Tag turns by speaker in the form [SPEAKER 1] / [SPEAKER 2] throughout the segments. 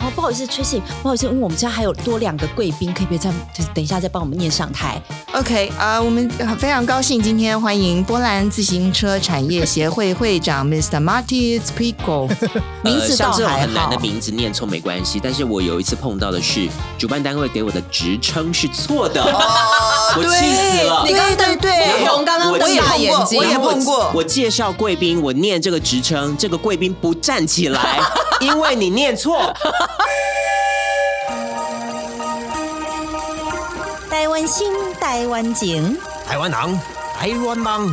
[SPEAKER 1] 哦不好意思，缺席，不好意思，因为我们家还有多两个贵宾，可以别再就是等一下再帮我们念上台。
[SPEAKER 2] OK，啊、我们非常高兴今天欢迎波兰自行车产业协会会长 Mr. Marty s p i k o
[SPEAKER 3] 呃
[SPEAKER 1] 名字倒
[SPEAKER 3] 像这种
[SPEAKER 1] 还
[SPEAKER 3] 很难
[SPEAKER 1] 好
[SPEAKER 3] 的，名字念错没关系，但是我有一次碰到的是主办单位给我的职称是错的，
[SPEAKER 1] 哦
[SPEAKER 3] 我气死了。
[SPEAKER 2] 对
[SPEAKER 1] 刚
[SPEAKER 2] 对对
[SPEAKER 1] 慕容刚刚
[SPEAKER 3] 我
[SPEAKER 1] 瞪
[SPEAKER 3] 也
[SPEAKER 1] 大
[SPEAKER 3] 碰
[SPEAKER 1] 眼
[SPEAKER 2] 过
[SPEAKER 1] 睛，
[SPEAKER 2] 我也
[SPEAKER 3] 然后
[SPEAKER 2] 碰过
[SPEAKER 3] 我介绍贵宾，我念这个职称，这个贵宾不站起来，因为你念错。
[SPEAKER 4] 台湾心，台湾情，
[SPEAKER 5] 台湾人，台湾梦，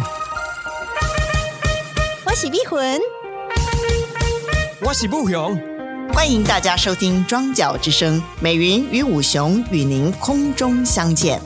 [SPEAKER 4] 我是碧魂。
[SPEAKER 5] 我是武雄。
[SPEAKER 2] 欢迎大家收听《庄脚之声》，美云与武雄与您空中相见。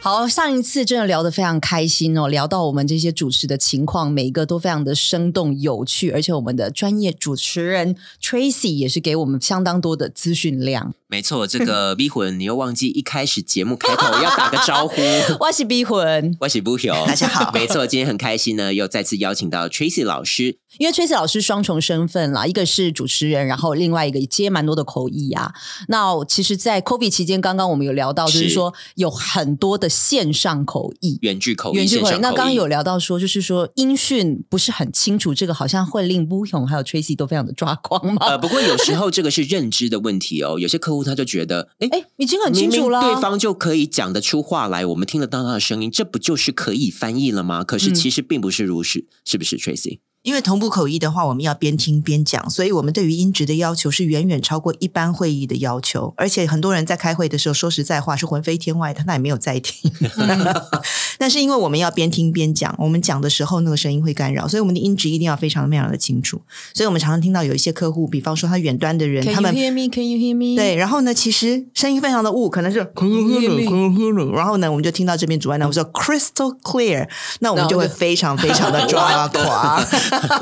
[SPEAKER 1] 好，上一次真的聊得非常开心哦，聊到我们这些主持的情况，每一个都非常的生动有趣，而且我们的专业主持人 Tracy 也是给我们相当多的资讯量。
[SPEAKER 3] 没错，这个 V 魂，你又忘记一开始节目开头要打个 招呼。
[SPEAKER 1] 我是逼魂，
[SPEAKER 3] 我是不雄，
[SPEAKER 2] 大家好
[SPEAKER 3] 没错，今天很开心呢，又再次邀请到 Tracy 老师，
[SPEAKER 1] 因为 Tracy 老师双重身份啦，一个是主持人，然后另外一个也接蛮多的口译啊。那我其实，在 COVID 期间，刚刚我们有聊到，就是
[SPEAKER 3] 是
[SPEAKER 1] 说有很多的线上口译，
[SPEAKER 3] 原句口译，
[SPEAKER 1] 原句
[SPEAKER 3] 线
[SPEAKER 1] 口
[SPEAKER 3] 上
[SPEAKER 1] 音。那刚刚
[SPEAKER 3] 译
[SPEAKER 1] 有聊到说，就是说音讯不是很清楚，这个好像会令布勇还有 Tracy 都非常的抓狂嘛。
[SPEAKER 3] 呃，不过有时候这个是认知的问 题哦，有些客户他就觉得，哎、
[SPEAKER 1] 哎、已经很
[SPEAKER 3] 明
[SPEAKER 1] 清
[SPEAKER 3] 明
[SPEAKER 1] 楚了啊，
[SPEAKER 3] 对方就可以讲得出话来，我们听得到他的声音，这不就是可以翻译了吗？可是
[SPEAKER 1] 嗯
[SPEAKER 3] 其实并不是如是，是不是 Tracy？
[SPEAKER 2] 因为同步口译的话，我们要边听边讲，所以我们对于音质的要求是远远超过一般会议的要求。而且很多人在开会的时候，说实在话是魂飞天外，他那也没有在听。 但是因为我们要边听边讲，我们讲的时候那个声音会干扰，所以我们的音质一定要非常非常的清楚。所以我们常常听到有一些客户，比方说他远端的人，
[SPEAKER 1] Can
[SPEAKER 2] 他
[SPEAKER 1] you
[SPEAKER 2] 们
[SPEAKER 1] hear me? Can you hear me?
[SPEAKER 2] 对，然后呢，其实声音非常的雾，可能是然后呢，我们就听到这边主办单位说 crystal clear，那我们就会非常非常的 抓狂。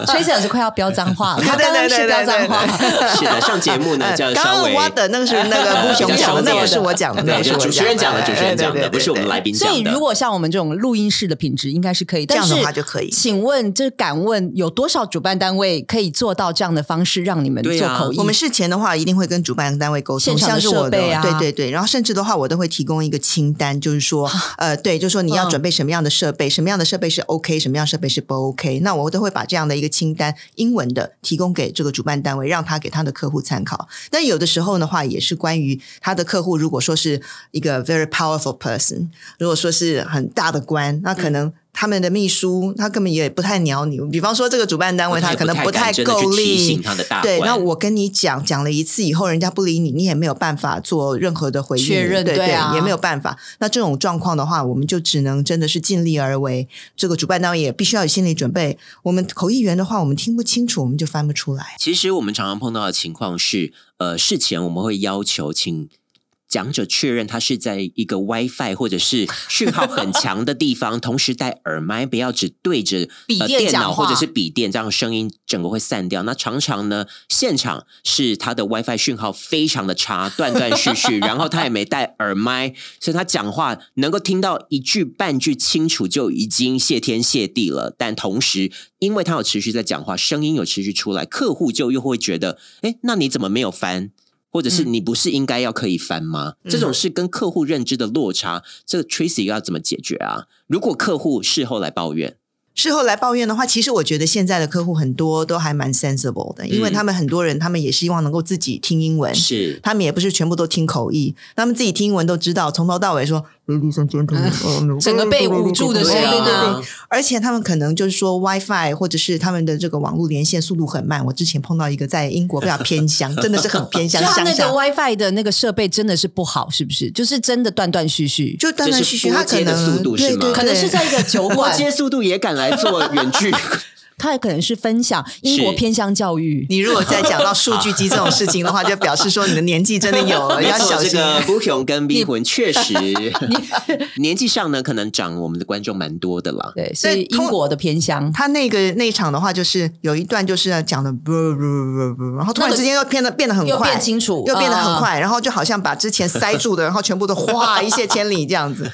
[SPEAKER 1] ，Tracy 老师快要飙脏话了，
[SPEAKER 2] 对
[SPEAKER 1] 他
[SPEAKER 2] 对
[SPEAKER 1] 刚刚
[SPEAKER 2] 对
[SPEAKER 1] 是
[SPEAKER 2] 对
[SPEAKER 1] 飙脏话。
[SPEAKER 3] 是的，上节目呢，
[SPEAKER 2] 呃
[SPEAKER 3] 这样
[SPEAKER 2] 刚
[SPEAKER 3] 稍
[SPEAKER 2] 刚
[SPEAKER 3] 微呃
[SPEAKER 2] 我的那个是那 个不
[SPEAKER 3] 比较
[SPEAKER 2] 雄讲
[SPEAKER 3] 收
[SPEAKER 2] 的，那
[SPEAKER 3] 敛
[SPEAKER 2] 个是我讲的，那
[SPEAKER 3] 对，
[SPEAKER 2] 个是
[SPEAKER 3] 就
[SPEAKER 2] 我
[SPEAKER 3] 主持人讲的，主持人讲的，不是我
[SPEAKER 2] 哎哎对对对
[SPEAKER 3] 们。
[SPEAKER 2] 对
[SPEAKER 3] 来宾
[SPEAKER 1] 所以
[SPEAKER 3] 讲的。
[SPEAKER 1] 如果像我们这种录音室的品质应该是可以，
[SPEAKER 2] 这
[SPEAKER 1] 但
[SPEAKER 2] 样
[SPEAKER 1] 是
[SPEAKER 2] 的话就可以
[SPEAKER 1] 请问，这敢问有多少主办单位可以做到这样的方式让你们
[SPEAKER 3] 对
[SPEAKER 1] 做
[SPEAKER 3] 啊
[SPEAKER 1] 口译？
[SPEAKER 2] 我们事前的话一定会跟主办单位沟
[SPEAKER 1] 现
[SPEAKER 2] 通，
[SPEAKER 1] 场的
[SPEAKER 2] 像是
[SPEAKER 1] 设
[SPEAKER 2] 我的
[SPEAKER 1] 备啊
[SPEAKER 2] 对对对，然后甚至的话我都会提供一个清单，就是说，
[SPEAKER 3] 啊
[SPEAKER 2] 呃，对，就是说你要
[SPEAKER 1] 嗯
[SPEAKER 2] 准备什么样的设备，什么样的设备是 OK，什么样的设备是不 OK，那我都会把这样的一个清单英文的提供给这个主办单位，让他给他的客户参考。但有的时候的话，也是关于他的客户，如果说是一个 very powerful person，如果说是很大的官，那可
[SPEAKER 3] 嗯
[SPEAKER 2] 能。他们的秘书，他根本也不太鸟你。比方说，这个主办单位
[SPEAKER 3] 他
[SPEAKER 2] 他
[SPEAKER 3] 也
[SPEAKER 2] 可能
[SPEAKER 3] 不
[SPEAKER 2] 不太
[SPEAKER 3] 太敢真的去
[SPEAKER 2] 够
[SPEAKER 3] 提
[SPEAKER 2] 力
[SPEAKER 3] 醒，他的大
[SPEAKER 2] 对，
[SPEAKER 3] 官
[SPEAKER 2] 那我跟你讲讲了一次以后，人家不理你，你也没有办法做任何的回应，
[SPEAKER 1] 确认
[SPEAKER 2] 对
[SPEAKER 1] 对啊
[SPEAKER 2] 也没有办法。那这种状况的话，我们就只能真的是尽力而为。这个主办单位也必须要有心理准备。我们口译员的话，我们听不清楚，我们就翻不出来。
[SPEAKER 3] 其实我们常常碰到的情况是，呃，事前我们会要求请讲者确认他是在一个 WiFi 或者是讯号很强的地方，同时戴耳麦，不要只对着
[SPEAKER 1] 笔
[SPEAKER 3] 呃、
[SPEAKER 1] 电
[SPEAKER 3] 电
[SPEAKER 1] 讲
[SPEAKER 3] 脑
[SPEAKER 1] 话
[SPEAKER 3] 或者是笔电，这样声音整个会散掉。那常常呢，现场是他的 WiFi 讯号非常的差，断断 续续，然后他也没戴耳麦，所以他讲话能够听到一句半句清楚就已经谢天谢地了。但同时，因为他有持续在讲话，声音有持续出来，客户就又会觉得，哎，那你怎么没有翻？或者是
[SPEAKER 2] 嗯
[SPEAKER 3] 你不是应该要可以翻吗？这种是跟客户认知的落差，这个 Tracy 要怎么解决啊？如果客户事后来抱怨，
[SPEAKER 2] 事后来抱怨的话，其实我觉得现在的客户很多都还蛮 sensible 的，因为
[SPEAKER 3] 嗯
[SPEAKER 2] 他们很多人，他们也希望能够自己听英文，
[SPEAKER 3] 是
[SPEAKER 2] 他们也不是全部都听口译，他们自己听英文都知道，从头到尾 说 ladies and gentlemen，
[SPEAKER 1] 整个被捂住的声音
[SPEAKER 3] 对
[SPEAKER 1] 啊
[SPEAKER 3] 啊，
[SPEAKER 2] 而且他们可能就是说 WiFi 或者是他们的这个网络连线速度很慢。我之前碰到一个在英国比较偏乡，真的是很偏乡
[SPEAKER 1] 就他
[SPEAKER 2] 乡
[SPEAKER 1] 那
[SPEAKER 2] 下
[SPEAKER 1] 个。WiFi 的那个设备真的是不好，是不是？就是真的断断续续，
[SPEAKER 2] 就断断续续，
[SPEAKER 3] 这是
[SPEAKER 2] 他
[SPEAKER 3] 拨
[SPEAKER 2] 可
[SPEAKER 3] 接的
[SPEAKER 2] 能
[SPEAKER 3] 速度
[SPEAKER 2] 对
[SPEAKER 3] 是吗
[SPEAKER 2] 对，对
[SPEAKER 1] 可能是在一个酒
[SPEAKER 3] 我
[SPEAKER 1] 馆，
[SPEAKER 3] 接速度也敢来做远距，
[SPEAKER 1] 他也可能是分享英国
[SPEAKER 3] 是
[SPEAKER 1] 偏向教育。
[SPEAKER 2] 你如果再讲到数据机这种事情的话，就表示说你的年纪真的有了，
[SPEAKER 3] 没
[SPEAKER 2] 要
[SPEAKER 3] 错，
[SPEAKER 2] 小
[SPEAKER 3] 这
[SPEAKER 2] 心。
[SPEAKER 3] 个 b u k o n 跟 B 魂 确实 年纪上呢，可能长我们的观众蛮多的啦。
[SPEAKER 1] 对，所
[SPEAKER 2] 所以
[SPEAKER 1] 以英国的偏向。
[SPEAKER 2] 他那个那一场的话，就是有一段就是讲的不不不不，然后突然之间又变得变得嗯很
[SPEAKER 1] 又
[SPEAKER 2] 快，
[SPEAKER 1] 变清楚
[SPEAKER 2] 又变得很
[SPEAKER 1] 啊
[SPEAKER 2] 快，然后就好像把之前塞住的，然后全部都哗一泻千里这样 子。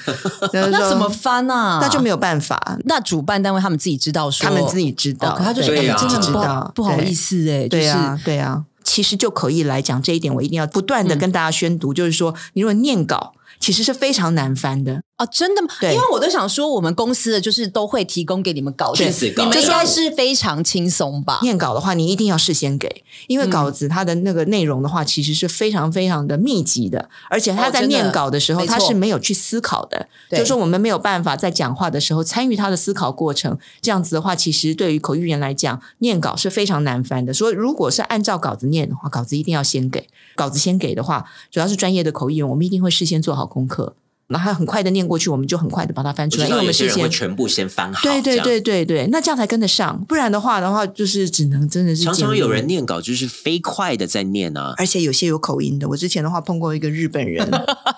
[SPEAKER 2] 就是
[SPEAKER 1] 那
[SPEAKER 2] 说
[SPEAKER 1] 怎么翻啊？
[SPEAKER 2] 那就没
[SPEAKER 1] 有。
[SPEAKER 2] 有办法，
[SPEAKER 1] 那主办单位他们自己知道说，
[SPEAKER 2] 他们自己知
[SPEAKER 1] 哦
[SPEAKER 2] 道，
[SPEAKER 1] 可他就说
[SPEAKER 2] 对
[SPEAKER 3] 对
[SPEAKER 1] 哎
[SPEAKER 3] 啊
[SPEAKER 1] 真的
[SPEAKER 2] 知
[SPEAKER 1] 不
[SPEAKER 2] 道
[SPEAKER 1] 好不好
[SPEAKER 2] 对
[SPEAKER 1] 意思哎，就
[SPEAKER 2] 对
[SPEAKER 1] 是
[SPEAKER 2] 啊，对啊。嗯其实就口译来讲，这一点我一定要不断的跟大家宣读，就是说，你如果念稿，其实是非常难翻的。
[SPEAKER 1] 哦，真的吗？因
[SPEAKER 2] 对
[SPEAKER 1] 为我都想说，我们公司的就是都会提供给你们稿件
[SPEAKER 3] 卷子，稿
[SPEAKER 1] 你们
[SPEAKER 3] 就
[SPEAKER 1] 应
[SPEAKER 3] 说
[SPEAKER 1] 该是非常轻松吧？
[SPEAKER 2] 念稿的话，你一定要事先给，因为
[SPEAKER 3] 嗯
[SPEAKER 2] 稿子它的那个内容的话，其实是非常非常的密集的，而且
[SPEAKER 1] 哦
[SPEAKER 2] 他
[SPEAKER 1] 真
[SPEAKER 2] 在
[SPEAKER 1] 的
[SPEAKER 2] 念稿的时候，
[SPEAKER 1] 没错
[SPEAKER 2] 他是没有去思考的，
[SPEAKER 1] 对
[SPEAKER 2] 就是说我们没有办法在讲话的时候参与他的思考过程。这样子的话，其实对于口译员来讲，念稿是非常难翻的。所以如果是按照稿子念的话，稿子一定要先给，稿子先给的话，主要是专业的口译员，我们一定会事先做好功课。然后很快的念过去，我们就很快的把它翻
[SPEAKER 3] 我
[SPEAKER 2] 出来，
[SPEAKER 3] 知
[SPEAKER 2] 因为
[SPEAKER 3] 道
[SPEAKER 2] 我
[SPEAKER 3] 有
[SPEAKER 2] 们
[SPEAKER 3] 些
[SPEAKER 2] 事
[SPEAKER 3] 人会
[SPEAKER 2] 先
[SPEAKER 3] 全部先翻好，
[SPEAKER 2] 对
[SPEAKER 3] 这
[SPEAKER 2] 对
[SPEAKER 3] 样
[SPEAKER 2] 对对对，那这样才跟得上，不然的话的话，就是只能真的是
[SPEAKER 3] 常常
[SPEAKER 2] 尽力
[SPEAKER 3] 有人，念稿就是飞快的在念啊，
[SPEAKER 2] 而且有些有口音的。我之前的话碰过一个日本 人，他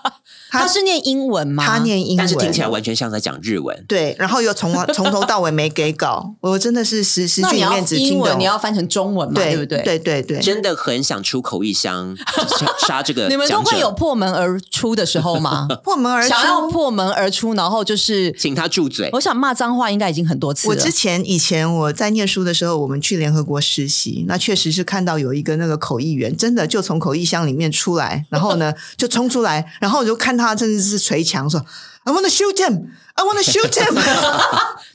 [SPEAKER 1] 他是念英文吗？
[SPEAKER 2] 他念英文，
[SPEAKER 3] 但是听起来完全像在讲日文。
[SPEAKER 2] 对，然后又从从头到尾没给稿，我真的是十十
[SPEAKER 1] 那
[SPEAKER 2] 句
[SPEAKER 1] 你
[SPEAKER 2] 里
[SPEAKER 1] 要
[SPEAKER 2] 面只听
[SPEAKER 1] 英
[SPEAKER 2] 懂
[SPEAKER 1] 文，你要翻成中文嘛？
[SPEAKER 2] 对
[SPEAKER 1] 不对？
[SPEAKER 2] 对对对，
[SPEAKER 3] 真的很想出口一箱 杀 杀这个
[SPEAKER 1] 你们都
[SPEAKER 3] 讲
[SPEAKER 1] 会有
[SPEAKER 3] 者，
[SPEAKER 1] 破门而出的时候吗？
[SPEAKER 2] 破门而出
[SPEAKER 1] 想。要破门而出，然后就是，
[SPEAKER 3] 请他住嘴
[SPEAKER 2] 哦
[SPEAKER 1] 我。想骂脏话应该已经很多次
[SPEAKER 2] 我
[SPEAKER 1] 了。
[SPEAKER 3] 啊
[SPEAKER 2] 之前以前我在念书的时候，我们去联合国实习，那确实是看到有一个那个口译员，真的就从口译箱里面出来，然后 呢就冲出来，然后我就看他真的是捶墙说：“I want to shoot him, I want to shoot him 。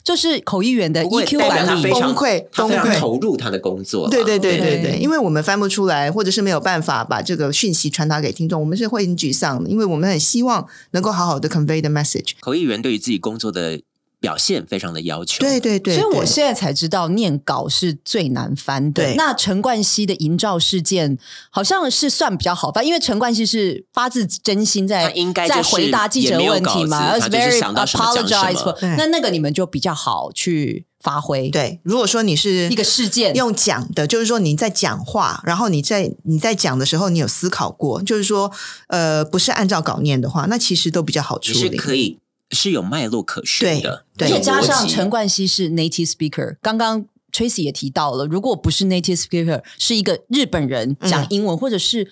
[SPEAKER 1] 就是口译员的
[SPEAKER 3] 不过
[SPEAKER 1] EQ
[SPEAKER 3] 代表
[SPEAKER 1] 管
[SPEAKER 3] 他
[SPEAKER 1] 理
[SPEAKER 3] 非常
[SPEAKER 2] 崩溃
[SPEAKER 3] 他非常
[SPEAKER 2] 崩溃
[SPEAKER 3] 投入他啊的工作啦。
[SPEAKER 2] 对”对对对
[SPEAKER 1] 对
[SPEAKER 2] 对，因为我们翻不出来，或者是没有办法把这个讯息传达给听众，我们是会很沮丧的，因为我们很希望能够好好的 convey the message。
[SPEAKER 3] 口译员对于自己工作的表现非常的要求。
[SPEAKER 2] 对对对，
[SPEAKER 1] 所以我
[SPEAKER 2] 对
[SPEAKER 1] 现在才知道念稿是最难翻的。
[SPEAKER 2] 对
[SPEAKER 1] 那陈冠希的营造事件好像是算比较好翻，因为陈冠希是发自真心在
[SPEAKER 3] 他应该就是
[SPEAKER 1] 在回答记者问题嘛，was
[SPEAKER 3] 也没有稿子他就是
[SPEAKER 1] very
[SPEAKER 3] 想到什么讲什么
[SPEAKER 1] apologize for
[SPEAKER 2] 对。
[SPEAKER 1] 那那个你们就比较好去发挥，，
[SPEAKER 2] 对，如果说你是
[SPEAKER 1] 一个事件
[SPEAKER 2] 用讲的，就是说你在讲话，然后你在你在讲的时候，你有思考过，就是说，呃，不是按照稿念的话，那其实都比较好
[SPEAKER 3] 你
[SPEAKER 2] 处
[SPEAKER 3] 是
[SPEAKER 2] 理。
[SPEAKER 3] 可以是有脉络可循的，
[SPEAKER 2] 对
[SPEAKER 1] 而
[SPEAKER 2] 对
[SPEAKER 1] 且
[SPEAKER 3] 有
[SPEAKER 1] 加
[SPEAKER 3] 逻
[SPEAKER 1] 上
[SPEAKER 3] 辑
[SPEAKER 1] 陈冠希是 native speaker，刚刚 Tracy 也提到了，如果不是 native speaker，是一个日本人讲
[SPEAKER 2] 嗯
[SPEAKER 1] 英文，或者是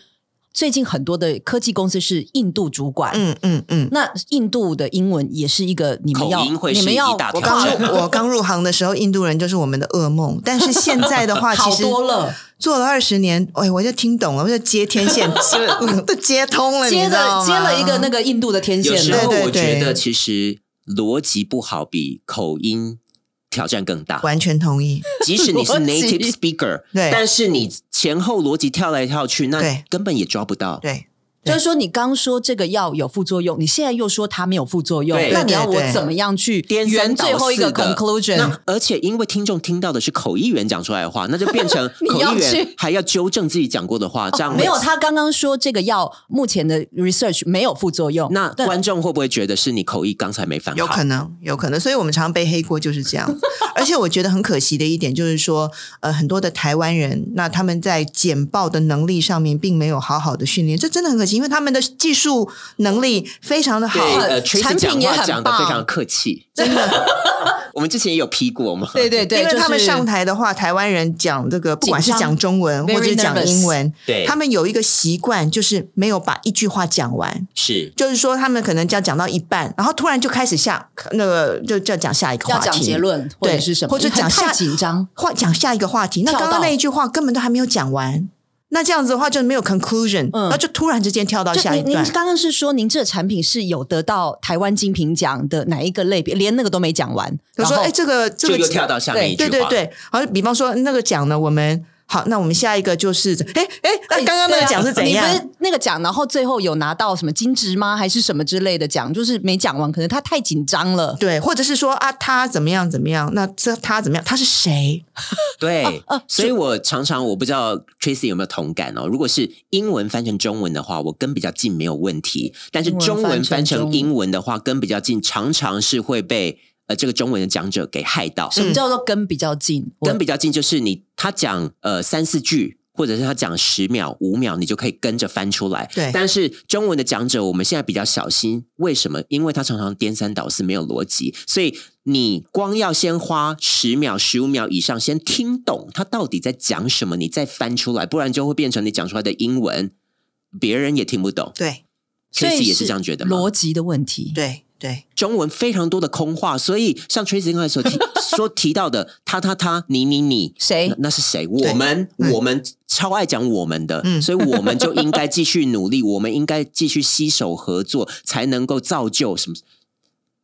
[SPEAKER 1] 最近很多的科技公司是印度主管，
[SPEAKER 2] 嗯嗯嗯。
[SPEAKER 1] 那印度的英文也是一个你们要
[SPEAKER 3] 口音会是
[SPEAKER 1] 你们要
[SPEAKER 3] 一大
[SPEAKER 2] 我
[SPEAKER 3] 条
[SPEAKER 1] 跨
[SPEAKER 2] 刚入我刚入行的时候，印度人就是我们的噩梦。但是现在的话，其
[SPEAKER 1] 好
[SPEAKER 2] 实
[SPEAKER 1] 多了，
[SPEAKER 2] 做了二十年，哎，我就听懂了，我就接 天线，接 都接通了，
[SPEAKER 1] 接了接了一个那
[SPEAKER 2] 个。
[SPEAKER 1] 个印度的天线
[SPEAKER 3] 有时
[SPEAKER 1] 了
[SPEAKER 3] 候
[SPEAKER 2] 对对
[SPEAKER 3] 我觉得
[SPEAKER 2] 对
[SPEAKER 3] 其实逻辑不好比口音挑战更大。
[SPEAKER 2] 完全同意，
[SPEAKER 3] 即使 你是
[SPEAKER 1] 逻辑
[SPEAKER 3] native speaker，
[SPEAKER 2] 对
[SPEAKER 3] 但是你前后逻辑跳来跳去，那
[SPEAKER 2] 对
[SPEAKER 3] 根本也抓不到。
[SPEAKER 2] 对
[SPEAKER 1] 就是说你刚说这个药有副作用，你现在又说它没有副作用
[SPEAKER 3] 对，
[SPEAKER 1] 那你要
[SPEAKER 2] 对对
[SPEAKER 1] 我
[SPEAKER 2] 对
[SPEAKER 1] 怎么样去
[SPEAKER 3] 颠三
[SPEAKER 1] 圆
[SPEAKER 3] 倒
[SPEAKER 1] 最后一
[SPEAKER 3] 四
[SPEAKER 1] 个
[SPEAKER 3] 的
[SPEAKER 1] conclusion？
[SPEAKER 3] 那而且因为听众听到的是口译员讲出来的话，那就变 成
[SPEAKER 1] 你
[SPEAKER 3] 口
[SPEAKER 1] 要
[SPEAKER 3] 译员
[SPEAKER 1] 去
[SPEAKER 3] 还要哦纠正自己讲过的话，这样
[SPEAKER 1] 没有，
[SPEAKER 3] 会
[SPEAKER 1] 他刚刚说这个药目前的 research 没有副作用，
[SPEAKER 3] 那
[SPEAKER 1] 但
[SPEAKER 3] 观众会不会觉得是你口译刚才没翻好？
[SPEAKER 2] 有可能，有可能，所以我们常常背黑锅就是这样。而且我觉得很可惜的一点就是说，呃，很多的台湾人，那他们在简报的能力上面并没有好好的训练，这真的很可惜，因为他们的技术能力非常的好
[SPEAKER 3] 对，，呃
[SPEAKER 1] 产
[SPEAKER 3] ，Tracy 讲
[SPEAKER 1] 品也
[SPEAKER 3] 话
[SPEAKER 1] 很
[SPEAKER 3] 讲的非
[SPEAKER 1] 棒
[SPEAKER 3] 常客气，真的。 我们之前也有批过嘛，
[SPEAKER 1] 对对对，
[SPEAKER 2] 因为他们
[SPEAKER 1] 就是
[SPEAKER 2] 上台的话，台湾人讲这个，不管是
[SPEAKER 1] 紧张
[SPEAKER 2] 讲中文
[SPEAKER 1] very
[SPEAKER 2] 或者是讲
[SPEAKER 1] nervous
[SPEAKER 2] 英文，
[SPEAKER 3] 对
[SPEAKER 2] 他们有一个习惯，就是没有把一句话讲完。
[SPEAKER 3] 是
[SPEAKER 2] 就是说，他们可能这样讲到一半，然后突然就开始下那个，就就要讲下一个话
[SPEAKER 1] 要
[SPEAKER 2] 题，
[SPEAKER 1] 讲结论或者
[SPEAKER 2] 对
[SPEAKER 1] 是什么，
[SPEAKER 2] 或者
[SPEAKER 1] 因为
[SPEAKER 2] 讲
[SPEAKER 1] 太
[SPEAKER 2] 下
[SPEAKER 1] 紧张。
[SPEAKER 2] 话讲下一个话题。那
[SPEAKER 1] 跳到
[SPEAKER 2] 刚刚那一句话根本都还没有讲完，那这样子的话就没有 conclusion，、
[SPEAKER 1] 嗯
[SPEAKER 2] 然后就突然之间跳到
[SPEAKER 1] 就
[SPEAKER 2] 下一
[SPEAKER 1] 您您
[SPEAKER 2] 段。
[SPEAKER 1] 刚刚是说您这个产品是有得到台湾精品奖的哪一个类别？连那个都没讲完，
[SPEAKER 2] 我
[SPEAKER 1] 然
[SPEAKER 2] 说：“
[SPEAKER 1] 后
[SPEAKER 2] 哎，这个这
[SPEAKER 3] 就
[SPEAKER 2] 个
[SPEAKER 3] 又跳到下面一句
[SPEAKER 2] 对
[SPEAKER 3] 话，
[SPEAKER 2] 对对，好像比方说那个讲呢，我们好，那我们下一个就是哎哎，那刚刚那
[SPEAKER 1] 对
[SPEAKER 2] 个
[SPEAKER 1] 啊
[SPEAKER 2] 讲是怎样？
[SPEAKER 1] 你不是那个奖，然后最后有拿到什么金职吗？还是什么之类的奖？就是没讲完，可能他太紧张了。
[SPEAKER 2] 对，或者是说啊，他怎么样怎么样？那这他怎么样？他是谁？
[SPEAKER 3] 对
[SPEAKER 1] 啊啊，
[SPEAKER 3] 哦所以我常常我不知道 Tracy 有没有同感哦。如果是英文翻成中文的话，我跟比较近没有问题；但是中文翻成英文的话，跟比较近常常是会被呃呃这个中文的讲者给害到。
[SPEAKER 1] 什么叫做跟比较近？我
[SPEAKER 3] 嗯跟比较近就是你他讲呃三四句。或者是他讲十秒、五秒，你就可以跟着翻出来。
[SPEAKER 2] 对
[SPEAKER 3] 但是中文的讲者，我们现在比较小心，为什么？因为他常常颠三倒四，没有逻辑，所以你光要先花十秒、十五秒以上，先听懂他到底在讲什么，你再翻出来，不然就会变成你讲出来的英文，别人也听不懂。
[SPEAKER 2] 对
[SPEAKER 1] 所
[SPEAKER 3] Tracy
[SPEAKER 1] 以
[SPEAKER 3] 也是这样觉得吗
[SPEAKER 1] 逻？辑的问题。
[SPEAKER 2] 对对，
[SPEAKER 3] 中文非常多的空话，所以像 Tracy 刚才 所提说提到的，他他他，你你你，
[SPEAKER 1] 谁
[SPEAKER 3] 那那是谁？
[SPEAKER 2] 对
[SPEAKER 3] 我们
[SPEAKER 2] 嗯
[SPEAKER 3] 我们超爱讲我们的，
[SPEAKER 2] 嗯
[SPEAKER 3] 所以我们就应该继续努力， 我们应该继续携手合作，才能够造就什么？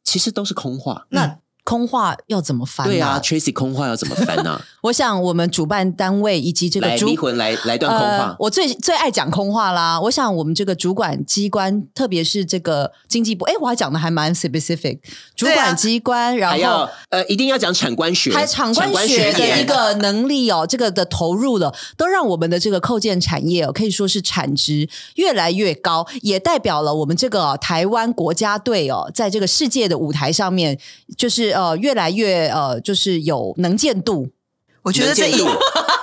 [SPEAKER 3] 其实都是空话。
[SPEAKER 1] 那空话要怎么翻、
[SPEAKER 3] 对啊，，Tracy 空话要怎么翻呢、啊？
[SPEAKER 1] 我想我们主办单位以及这
[SPEAKER 3] 来，
[SPEAKER 1] 个主
[SPEAKER 3] 离魂来来段空
[SPEAKER 1] 呃
[SPEAKER 3] 话，，
[SPEAKER 1] 我最最爱讲空话啦。我想我们这个主管机关，特别是这个经济部，哎，我还讲的还蛮 specific，主
[SPEAKER 2] 对啊
[SPEAKER 1] 管机关，
[SPEAKER 3] 还
[SPEAKER 1] 然后
[SPEAKER 3] 要呃，一定要讲产官学，
[SPEAKER 1] 还场
[SPEAKER 3] 产
[SPEAKER 1] 官学的
[SPEAKER 3] 言
[SPEAKER 1] 一个能力哦，这个的投入了，都让我们的这个扣件产业哦，可以说是产值越来越高，也代表了我们这个哦、台湾国家队哦，在这个世界的舞台上面，就是呃越来越呃就是有能见度。
[SPEAKER 2] 我觉得这
[SPEAKER 3] 能
[SPEAKER 2] 一
[SPEAKER 3] 见度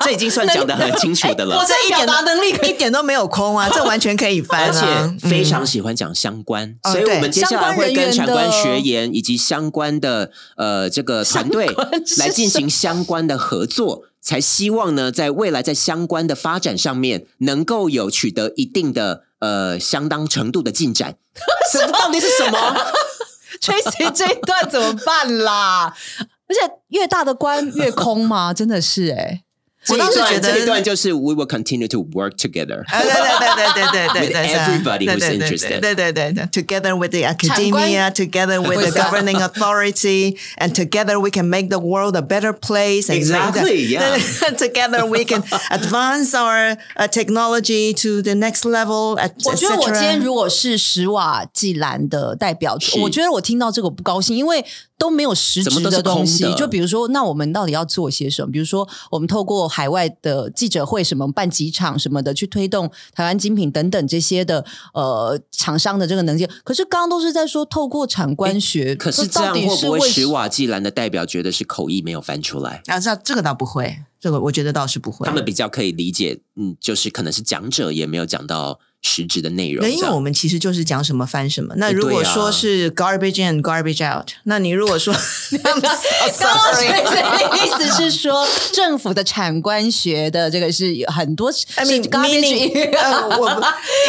[SPEAKER 3] 这已经算讲的很清楚的了。
[SPEAKER 2] 这一点
[SPEAKER 1] 表达能力
[SPEAKER 2] 一点都没有空啊，这完全可以翻
[SPEAKER 3] 而
[SPEAKER 2] 啊，
[SPEAKER 3] 且非常
[SPEAKER 2] 嗯
[SPEAKER 3] 喜欢讲相关，
[SPEAKER 2] 哦
[SPEAKER 3] 所以我们接下来会跟
[SPEAKER 1] 对
[SPEAKER 3] 产官
[SPEAKER 1] 相关
[SPEAKER 3] 学
[SPEAKER 1] 人
[SPEAKER 3] 研以及相关的呃这个团队
[SPEAKER 1] 关是
[SPEAKER 3] 来进行相关的合作，才希望呢在未来在相关的发展上面能够有取得一定的呃相当程度的进展。什么到底是什么？
[SPEAKER 1] Tracy 这一段怎么办啦？而且越大的官越空 吗？真的是哎、
[SPEAKER 3] 欸
[SPEAKER 2] 我
[SPEAKER 3] 这
[SPEAKER 2] 倒
[SPEAKER 3] 一
[SPEAKER 2] 是
[SPEAKER 3] 段
[SPEAKER 2] 觉得
[SPEAKER 3] 这一段就是 We will continue to work together。
[SPEAKER 2] 啊，对对对对对对
[SPEAKER 3] With
[SPEAKER 2] 对对
[SPEAKER 3] everybody who's
[SPEAKER 2] 对对对
[SPEAKER 3] interested.
[SPEAKER 2] 对对对对，together with the
[SPEAKER 1] 产官
[SPEAKER 2] academia, together with the
[SPEAKER 1] With the-
[SPEAKER 2] governing authority, and together we can make the world a better place. and make the-
[SPEAKER 3] Exactly, yeah.
[SPEAKER 2] together we can advance our uh, technology to the next level. et-
[SPEAKER 1] 我觉得
[SPEAKER 2] et
[SPEAKER 1] 我
[SPEAKER 2] cetera.
[SPEAKER 1] 今天如果是史瓦济兰的代表
[SPEAKER 3] 是，
[SPEAKER 1] 我觉得我听到这个我不高兴，因为都没有实
[SPEAKER 3] 怎
[SPEAKER 1] 质
[SPEAKER 3] 么都是
[SPEAKER 1] 东西
[SPEAKER 3] 空。的
[SPEAKER 1] 就比如说，那我们到底要做些什么？比如说，我们透过海外的记者会、什么办几场什么的，去推动台湾精品等等这些的呃厂商的这个能见。可是刚刚都是在说透过产官学，
[SPEAKER 3] 可是这
[SPEAKER 1] 到
[SPEAKER 3] 样
[SPEAKER 1] 底
[SPEAKER 3] 会
[SPEAKER 1] 是
[SPEAKER 3] 不会
[SPEAKER 1] 为
[SPEAKER 3] 使瓦季兰的代表觉得是口译没有翻出来？
[SPEAKER 2] 啊，这这个倒不会，这个我觉得倒是不会。
[SPEAKER 3] 他们比较可以理解，嗯，就是可能是讲者也没有讲到实质的内容，
[SPEAKER 2] 对，因
[SPEAKER 3] 这
[SPEAKER 2] 为
[SPEAKER 3] 样
[SPEAKER 2] 我们其实就是讲什么翻什么。那
[SPEAKER 3] 哎
[SPEAKER 2] 如果
[SPEAKER 3] 对啊
[SPEAKER 2] 说是 garbage in, garbage out，那你如果 说 I'm so
[SPEAKER 1] 刚刚 意
[SPEAKER 2] sorry，
[SPEAKER 1] 思是说，政府的产官学的这个是有很多 是
[SPEAKER 2] I mean,
[SPEAKER 1] 刚刚那句
[SPEAKER 2] meaning, 呃，我不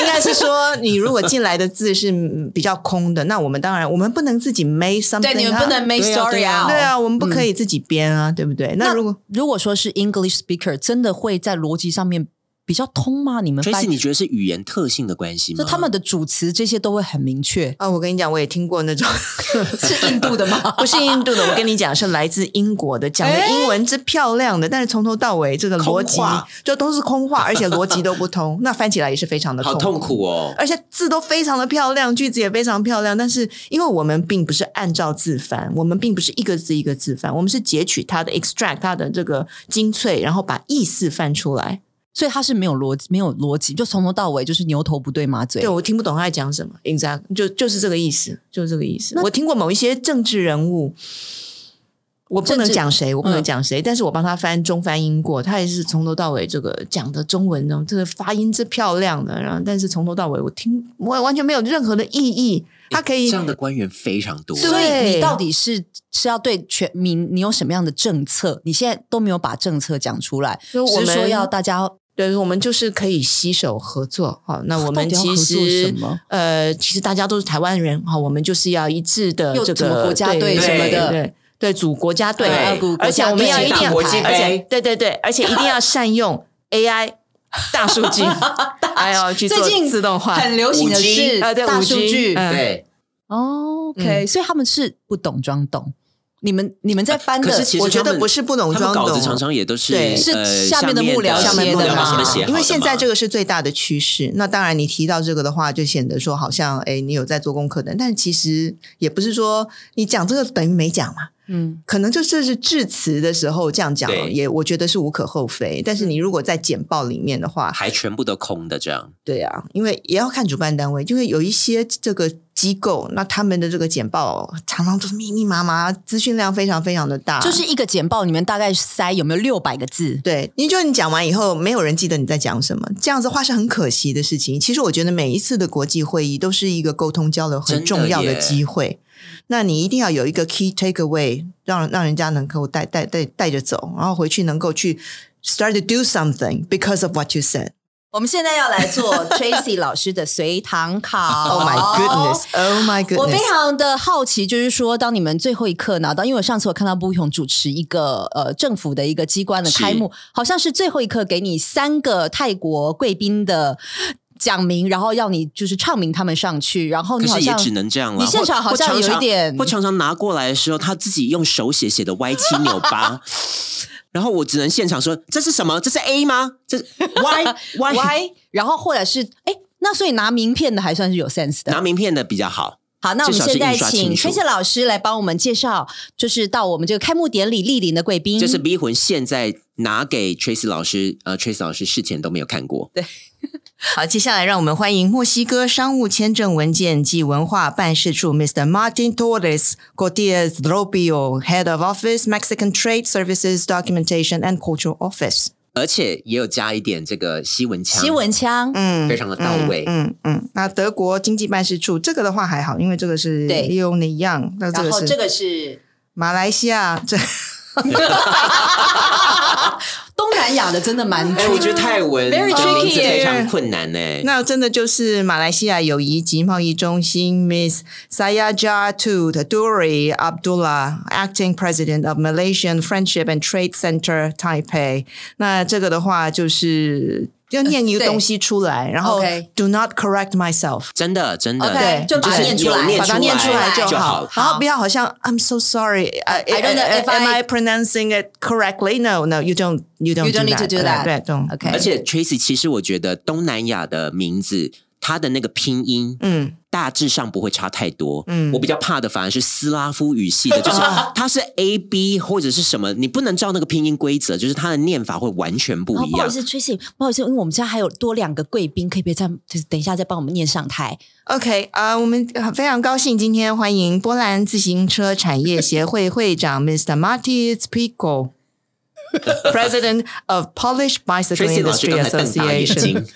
[SPEAKER 2] 应该是说，你如果进来的字是嗯比较空的，那我们当然我们不能自己 make something，
[SPEAKER 1] 对，你们不
[SPEAKER 2] up
[SPEAKER 1] 能 make
[SPEAKER 3] 对啊
[SPEAKER 1] story
[SPEAKER 3] 对啊
[SPEAKER 2] 对
[SPEAKER 1] out。嗯
[SPEAKER 2] 啊，我们不可以自己编啊，对不对？那如果
[SPEAKER 1] 如果说是 English speaker，真的会在逻辑上面比较通吗？你们发
[SPEAKER 3] Tracy，你觉得是语言特性的关系吗？
[SPEAKER 1] 就他们的主词这些都会很明 确，
[SPEAKER 2] 啊，我跟你讲，我也听过那 种
[SPEAKER 1] 是印度的吗？
[SPEAKER 2] 不是印度的，我跟你讲是来自英国的，讲的
[SPEAKER 1] 哎
[SPEAKER 2] 英文之漂亮的，但是从头到尾这个逻辑
[SPEAKER 3] 空话
[SPEAKER 2] 就都是空话，而且逻辑都不通，那翻起来也是非常的
[SPEAKER 3] 好痛
[SPEAKER 1] 啊
[SPEAKER 3] 苦哦。
[SPEAKER 2] 而且字都非常的漂亮，句子也非常漂亮。但是因为我们并不是按照字翻，我们并不是一个字一个字翻，我们是截取它的 extract 它的这个精粹，然后把意思翻出来。
[SPEAKER 1] 所以他是没有逻辑，没有逻辑，就从头到尾就是牛头不对马嘴
[SPEAKER 2] 对。我听不懂他在讲什么，exact 就就是这个意思，就是这个意思。我听过某一些政治人物。我不
[SPEAKER 1] 政
[SPEAKER 2] 能
[SPEAKER 1] 治
[SPEAKER 2] 讲谁，我不能
[SPEAKER 1] 嗯
[SPEAKER 2] 讲谁，但是我帮他翻中翻英过，他也是从头到尾这个讲的中文呢，这个发音之漂亮的，然后但是从头到尾我听我完全没有任何的意义，他可以
[SPEAKER 3] 这样的官员非常多，
[SPEAKER 1] 所以
[SPEAKER 2] 对
[SPEAKER 1] 你到底是是要对全民，你有什么样的政策？你现在都没有把政策讲出来，
[SPEAKER 2] 就我
[SPEAKER 1] 只是说
[SPEAKER 2] 们
[SPEAKER 1] 要大家
[SPEAKER 2] 对，我们就是可以携手合作。好，那我们
[SPEAKER 1] 到底要
[SPEAKER 2] 其
[SPEAKER 1] 合作
[SPEAKER 2] 实
[SPEAKER 1] 什么
[SPEAKER 2] 呃，其实大家都是台湾人，好，我们就是要一致的
[SPEAKER 1] 又
[SPEAKER 2] 这
[SPEAKER 1] 什么
[SPEAKER 2] 个
[SPEAKER 1] 国家
[SPEAKER 2] 对
[SPEAKER 1] 队
[SPEAKER 2] 对
[SPEAKER 3] 什么的
[SPEAKER 2] 对。对，组国家队
[SPEAKER 3] 对要
[SPEAKER 1] 组，
[SPEAKER 2] 而
[SPEAKER 1] 国
[SPEAKER 2] 且
[SPEAKER 1] 家
[SPEAKER 2] 我们
[SPEAKER 1] 队
[SPEAKER 2] 要一定
[SPEAKER 1] 打
[SPEAKER 2] 要，
[SPEAKER 1] 国际
[SPEAKER 2] 而且
[SPEAKER 3] 杯
[SPEAKER 2] 对对对，而且一定要 善用 AI 大数据，还有去做
[SPEAKER 1] 最近
[SPEAKER 2] 自动化，
[SPEAKER 1] 很流行的
[SPEAKER 3] 5G
[SPEAKER 1] 是
[SPEAKER 2] 呃对
[SPEAKER 1] 大
[SPEAKER 2] 5G
[SPEAKER 1] 数据。
[SPEAKER 2] 嗯
[SPEAKER 3] 对。
[SPEAKER 1] 哦 OK，、所以他们是不懂装懂。你们你们在翻的，
[SPEAKER 3] 可是其实
[SPEAKER 2] 我觉
[SPEAKER 3] 他
[SPEAKER 2] 得
[SPEAKER 3] 们
[SPEAKER 2] 不是不懂
[SPEAKER 3] 他
[SPEAKER 2] 装
[SPEAKER 3] 们稿子
[SPEAKER 2] 懂
[SPEAKER 3] 常常也都是
[SPEAKER 2] 对
[SPEAKER 1] 是
[SPEAKER 3] 呃
[SPEAKER 1] 下面的幕僚
[SPEAKER 2] 下面
[SPEAKER 3] 幕
[SPEAKER 2] 幕
[SPEAKER 3] 僚
[SPEAKER 2] 僚
[SPEAKER 3] 帮他们写好的嘛，
[SPEAKER 2] 因为现在这
[SPEAKER 3] 个
[SPEAKER 2] 个是最大的趋势。那当然，你提到这个的话，就显得说好像哎，诶你有在做功课的，但其实也不是说你讲这个等于没讲嘛。
[SPEAKER 1] 嗯，
[SPEAKER 2] 可能这这是致辞的时候这样讲
[SPEAKER 3] 对，
[SPEAKER 2] 也我觉得是无可厚非。但是你如果在简报里面的话，
[SPEAKER 3] 还全部都空的这样。
[SPEAKER 2] 对啊，因为也要看主办单位，因为有一些这个机构，那他们的这个简报常常都是密密麻麻，资讯量非常非常的大，
[SPEAKER 1] 就是一个简报里面大概塞有没有六百个字？
[SPEAKER 2] 对，你就你讲完以后，没有人记得你在讲什么，这样子的话是很可惜的事情。其实我觉得每一次的国际会议都是一个沟通交流
[SPEAKER 3] 真
[SPEAKER 2] 很
[SPEAKER 3] 的
[SPEAKER 2] 重要的
[SPEAKER 3] 耶
[SPEAKER 2] 机会。那你一定要有一个 key takeaway，让让人家能够带带带带着走，然后回去能够去 start to do something because of what you said。
[SPEAKER 1] 我们现在要来做 Tracy 老师的随堂考。
[SPEAKER 2] Oh my goodness! Oh my
[SPEAKER 1] 我非
[SPEAKER 2] goodness!
[SPEAKER 1] 常的好奇，就是说，当你们最后一刻拿到，因为我上次我看到布勇主持一个呃政府的一个机关的开幕，好像是最后一刻给你三个泰国贵宾的奖名，然后要你就是唱名他们上去，然后
[SPEAKER 3] 可
[SPEAKER 1] 哦你好
[SPEAKER 3] 是也
[SPEAKER 1] 像
[SPEAKER 3] 只能这样了。
[SPEAKER 1] 你现场好像有一点
[SPEAKER 3] 我常常拿过来的时候，他自己用手写写的歪七扭 八，然后我只能现场说这是什么？这是 A 吗？这是 Y Y
[SPEAKER 1] 歪，然后或者是哎，那所以拿名片的还算是有 sense 的
[SPEAKER 3] 拿。名片的比较好。
[SPEAKER 1] 好，那我们
[SPEAKER 3] 至少是
[SPEAKER 1] 现在
[SPEAKER 3] 印刷
[SPEAKER 1] 请
[SPEAKER 3] 清楚
[SPEAKER 1] Tracy 老师来帮我们介绍，就是到我们这个开幕典礼莅临的贵宾，
[SPEAKER 3] 这是 B 魂现在拿给 Tracy 老师，呃，Tracy 老师事前都没有看过。
[SPEAKER 2] 好，接下来让我们欢迎墨西哥商务签证文件及文化办事处 Mr. Martin Torres Cortez Robio, Head of Office Mexican Trade Services Documentation and Cultural Office。
[SPEAKER 3] 而且也有加一点这个西文腔，
[SPEAKER 1] 西文腔，
[SPEAKER 2] 嗯
[SPEAKER 3] 非常的到位。
[SPEAKER 2] 嗯嗯嗯那德国经济办事处这个的话还好，因为这个是
[SPEAKER 1] 对
[SPEAKER 2] l e o n i Yang，那这
[SPEAKER 1] 然
[SPEAKER 2] 个
[SPEAKER 1] 后
[SPEAKER 2] 是
[SPEAKER 1] 这个是
[SPEAKER 2] 马来西亚这。
[SPEAKER 1] 东南亚的，真的蛮
[SPEAKER 3] 哎、我觉得泰文
[SPEAKER 1] Very
[SPEAKER 3] 这个名
[SPEAKER 1] tricky
[SPEAKER 3] 字非
[SPEAKER 1] 耶
[SPEAKER 3] 常困难欸呢、
[SPEAKER 2] 那真的就是马来西亚友谊及贸易中心 Miss Sayaja Tut Duri Abdullah, Acting President of Malaysian Friendship and Trade Center Taipei。那这个的话就是要念一个
[SPEAKER 1] 对
[SPEAKER 2] 东西出来，然后
[SPEAKER 1] OK
[SPEAKER 2] Do not correct myself。
[SPEAKER 3] 真的真的
[SPEAKER 1] OK，
[SPEAKER 2] 就
[SPEAKER 1] 把它
[SPEAKER 3] 是
[SPEAKER 1] 念出来
[SPEAKER 3] 有念
[SPEAKER 2] 把它
[SPEAKER 3] 出
[SPEAKER 2] 念出来
[SPEAKER 3] 就
[SPEAKER 2] 就
[SPEAKER 3] 好
[SPEAKER 2] 好，。然后不要好像 I'm so sorry, I,
[SPEAKER 1] I don't know if
[SPEAKER 2] am
[SPEAKER 1] I-
[SPEAKER 2] I pronouncing it correctly? No, no, you don't, you don't,
[SPEAKER 1] You don't
[SPEAKER 2] do
[SPEAKER 1] need to do that.
[SPEAKER 2] 对，懂
[SPEAKER 1] OK
[SPEAKER 3] 而且 Tracy，其实我觉得东南亚的名字，它的那个拼音，
[SPEAKER 2] 嗯，
[SPEAKER 3] 大致上不会差太多。嗯
[SPEAKER 2] 嗯，
[SPEAKER 3] 我比较怕的反而是斯拉夫语系的，就是 它是 A B 或者是什么，你不能照那个拼音规则，就是它的念法会完全不
[SPEAKER 1] 哦
[SPEAKER 3] 一
[SPEAKER 1] 不好意。
[SPEAKER 3] 样
[SPEAKER 1] 思，Tracy，不好意思，因为我们家还有多两个贵宾，可以别再就是等一下再帮我们念上台。
[SPEAKER 2] OK，啊、我们呃非常高兴今天欢迎波兰自行车产业协 会会长 Mr. Marty Spico。President of Polish Bicycle
[SPEAKER 3] Tracy 老师
[SPEAKER 2] Industry
[SPEAKER 3] 刚才瞪大眼
[SPEAKER 2] Association，
[SPEAKER 3] 睛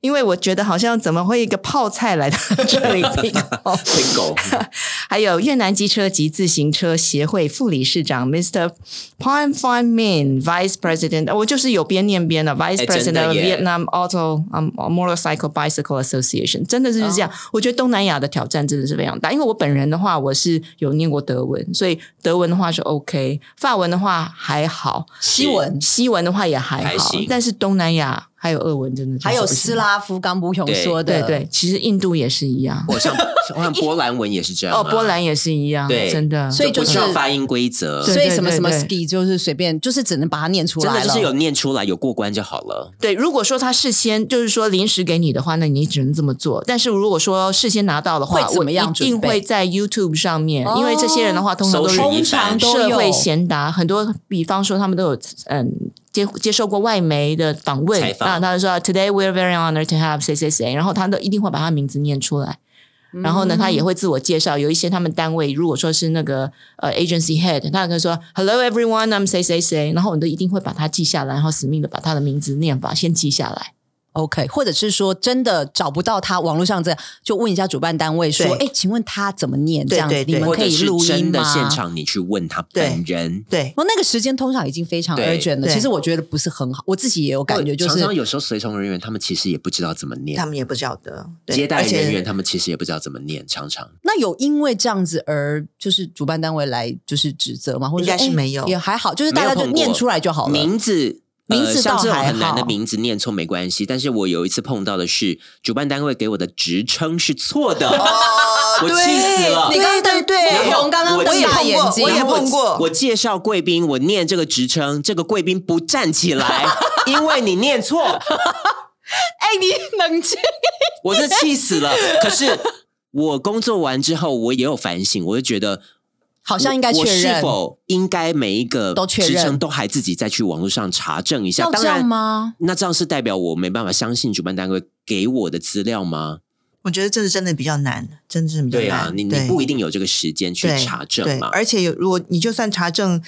[SPEAKER 2] 因为我觉得好像怎么会一个泡菜来到这 里 Pico，
[SPEAKER 3] ，Bingo，
[SPEAKER 2] 还有越南机车及自行车协会副理事长 Mr. Pan Phan Min Vice President，呃我就是有边念边的 Vice
[SPEAKER 3] 哎真
[SPEAKER 2] President
[SPEAKER 3] 的
[SPEAKER 2] of
[SPEAKER 3] 耶
[SPEAKER 2] Vietnam Auto um, Motorcycle Bicycle Association，真的是这样。
[SPEAKER 1] 哦
[SPEAKER 2] 我觉得东南亚的挑战真的是非常大，因为我本人的话，我是有念过德文，所以德文的话是 OK，法文的话还好，
[SPEAKER 1] 西文
[SPEAKER 2] 西文的话也还好，
[SPEAKER 3] 还行
[SPEAKER 2] 但是东南亚还有俄文真的就是
[SPEAKER 1] 还有
[SPEAKER 2] 不行
[SPEAKER 1] 斯，拉夫刚不雄
[SPEAKER 3] 对
[SPEAKER 1] 说
[SPEAKER 2] 对
[SPEAKER 1] 的，
[SPEAKER 2] 对，其实印度也是一样，
[SPEAKER 3] 我像我像哦波兰文也是这样、啊，
[SPEAKER 2] 哦，波兰也是一样，
[SPEAKER 3] 对
[SPEAKER 2] 真的，
[SPEAKER 1] 所以就
[SPEAKER 3] 不
[SPEAKER 1] 是
[SPEAKER 3] 知道发音规则，
[SPEAKER 2] 对
[SPEAKER 1] 所以什么什么
[SPEAKER 2] 对
[SPEAKER 1] ski 就是随便，就是只能把它念出
[SPEAKER 3] 真
[SPEAKER 1] 来
[SPEAKER 3] 的
[SPEAKER 1] 了。
[SPEAKER 3] 就是有念出来，有过关就好了。
[SPEAKER 2] 对，如果说他事先就是说临时给你的话，那你只能这么做。但是如果说事先拿到的话，
[SPEAKER 1] 会怎么样
[SPEAKER 2] 我一
[SPEAKER 1] 准
[SPEAKER 2] 定
[SPEAKER 1] 备哦
[SPEAKER 2] 会在 YouTube 上面，因为这些人的话通常都是
[SPEAKER 3] 搜寻
[SPEAKER 1] 通常都有
[SPEAKER 2] 社会贤达，很多比方说他们都有嗯接接受过外媒的访问
[SPEAKER 3] 采，访
[SPEAKER 2] 那他就说 Today we're very honored to have 谁谁谁，然后他都一定会把他名字念出来。然后呢，他
[SPEAKER 3] 嗯
[SPEAKER 6] 嗯
[SPEAKER 2] 也会自我介绍。有一些他们单位，如果说是那个呃 agency head，他可能说 Hello everyone, I'm 谁谁谁，然后你都一定会把它记下来，然后死命的把他的名字念法先记下来。
[SPEAKER 1] OK，或者是说真的找不到他，网络上这样就问一下主办单位说，哎
[SPEAKER 2] 对，
[SPEAKER 1] 请问他怎么念？这
[SPEAKER 2] 对
[SPEAKER 1] 样子
[SPEAKER 2] 对
[SPEAKER 1] 你
[SPEAKER 2] 对
[SPEAKER 1] 们
[SPEAKER 3] 或
[SPEAKER 1] 可
[SPEAKER 3] 者
[SPEAKER 1] 以
[SPEAKER 3] 是
[SPEAKER 1] 录音
[SPEAKER 3] 真的
[SPEAKER 1] 吗？
[SPEAKER 3] 现场你去问他本人，
[SPEAKER 2] 对，
[SPEAKER 1] 哦，那个时间通常已经非常
[SPEAKER 3] 对
[SPEAKER 1] urgent 了。
[SPEAKER 2] 对
[SPEAKER 1] 其实我觉得不是很好，我自己也有感觉，就
[SPEAKER 3] 常
[SPEAKER 1] 是
[SPEAKER 3] 常有时候随从人员他们其实也不知道怎么念
[SPEAKER 2] 他，们也不晓得。对
[SPEAKER 3] 接待
[SPEAKER 2] 而且
[SPEAKER 3] 人员他们其实也不知道怎么念，常常
[SPEAKER 1] 那有因为这样子而就是主办单位来就是指责吗？或者说
[SPEAKER 2] 应该是
[SPEAKER 1] 哎
[SPEAKER 2] 没有
[SPEAKER 1] 也还好，就是大家
[SPEAKER 3] 没有
[SPEAKER 1] 就
[SPEAKER 3] 碰过
[SPEAKER 1] 念出来就好了。
[SPEAKER 3] 名字。呃
[SPEAKER 1] 名字倒
[SPEAKER 3] 像这种
[SPEAKER 1] 还
[SPEAKER 3] 很难的
[SPEAKER 1] 好
[SPEAKER 3] 名字念错没关系，但是我有一次碰到的是主办单位给我的职称是错的，
[SPEAKER 6] 哦
[SPEAKER 3] 我气死了。
[SPEAKER 1] 你刚刚
[SPEAKER 2] 对对对
[SPEAKER 1] 哦对
[SPEAKER 3] 然后
[SPEAKER 1] 红刚刚
[SPEAKER 3] 我
[SPEAKER 1] 瞪
[SPEAKER 3] 也
[SPEAKER 1] 大
[SPEAKER 3] 碰
[SPEAKER 1] 眼
[SPEAKER 2] 过
[SPEAKER 1] 睛，
[SPEAKER 2] 我也
[SPEAKER 3] 然后
[SPEAKER 2] 碰过
[SPEAKER 3] 我介绍贵宾，我念这个职称，这个贵宾不站起来，因为你念错，
[SPEAKER 1] 哎，你冷静。
[SPEAKER 3] 我是气死了。可是我工作完之后，我也有反省，我就觉得。
[SPEAKER 1] 好像应该确
[SPEAKER 3] 我是
[SPEAKER 1] 认，
[SPEAKER 3] 否应该每一个
[SPEAKER 1] 都确认
[SPEAKER 3] 职称都还自己再去网络上查证一下？
[SPEAKER 1] 要
[SPEAKER 3] 当
[SPEAKER 1] 这样
[SPEAKER 3] 然
[SPEAKER 1] 吗？
[SPEAKER 3] 那这样是代表我没办法相信主办单位给我的资料吗？
[SPEAKER 6] 我觉得这是真的比较难，真的是比较
[SPEAKER 3] 对
[SPEAKER 6] 难。
[SPEAKER 3] 啊，你你
[SPEAKER 6] 对
[SPEAKER 3] 不一定有这个时间去
[SPEAKER 6] 对
[SPEAKER 3] 查
[SPEAKER 6] 对
[SPEAKER 3] 证，嘛。
[SPEAKER 6] 而且有如果你就算查证。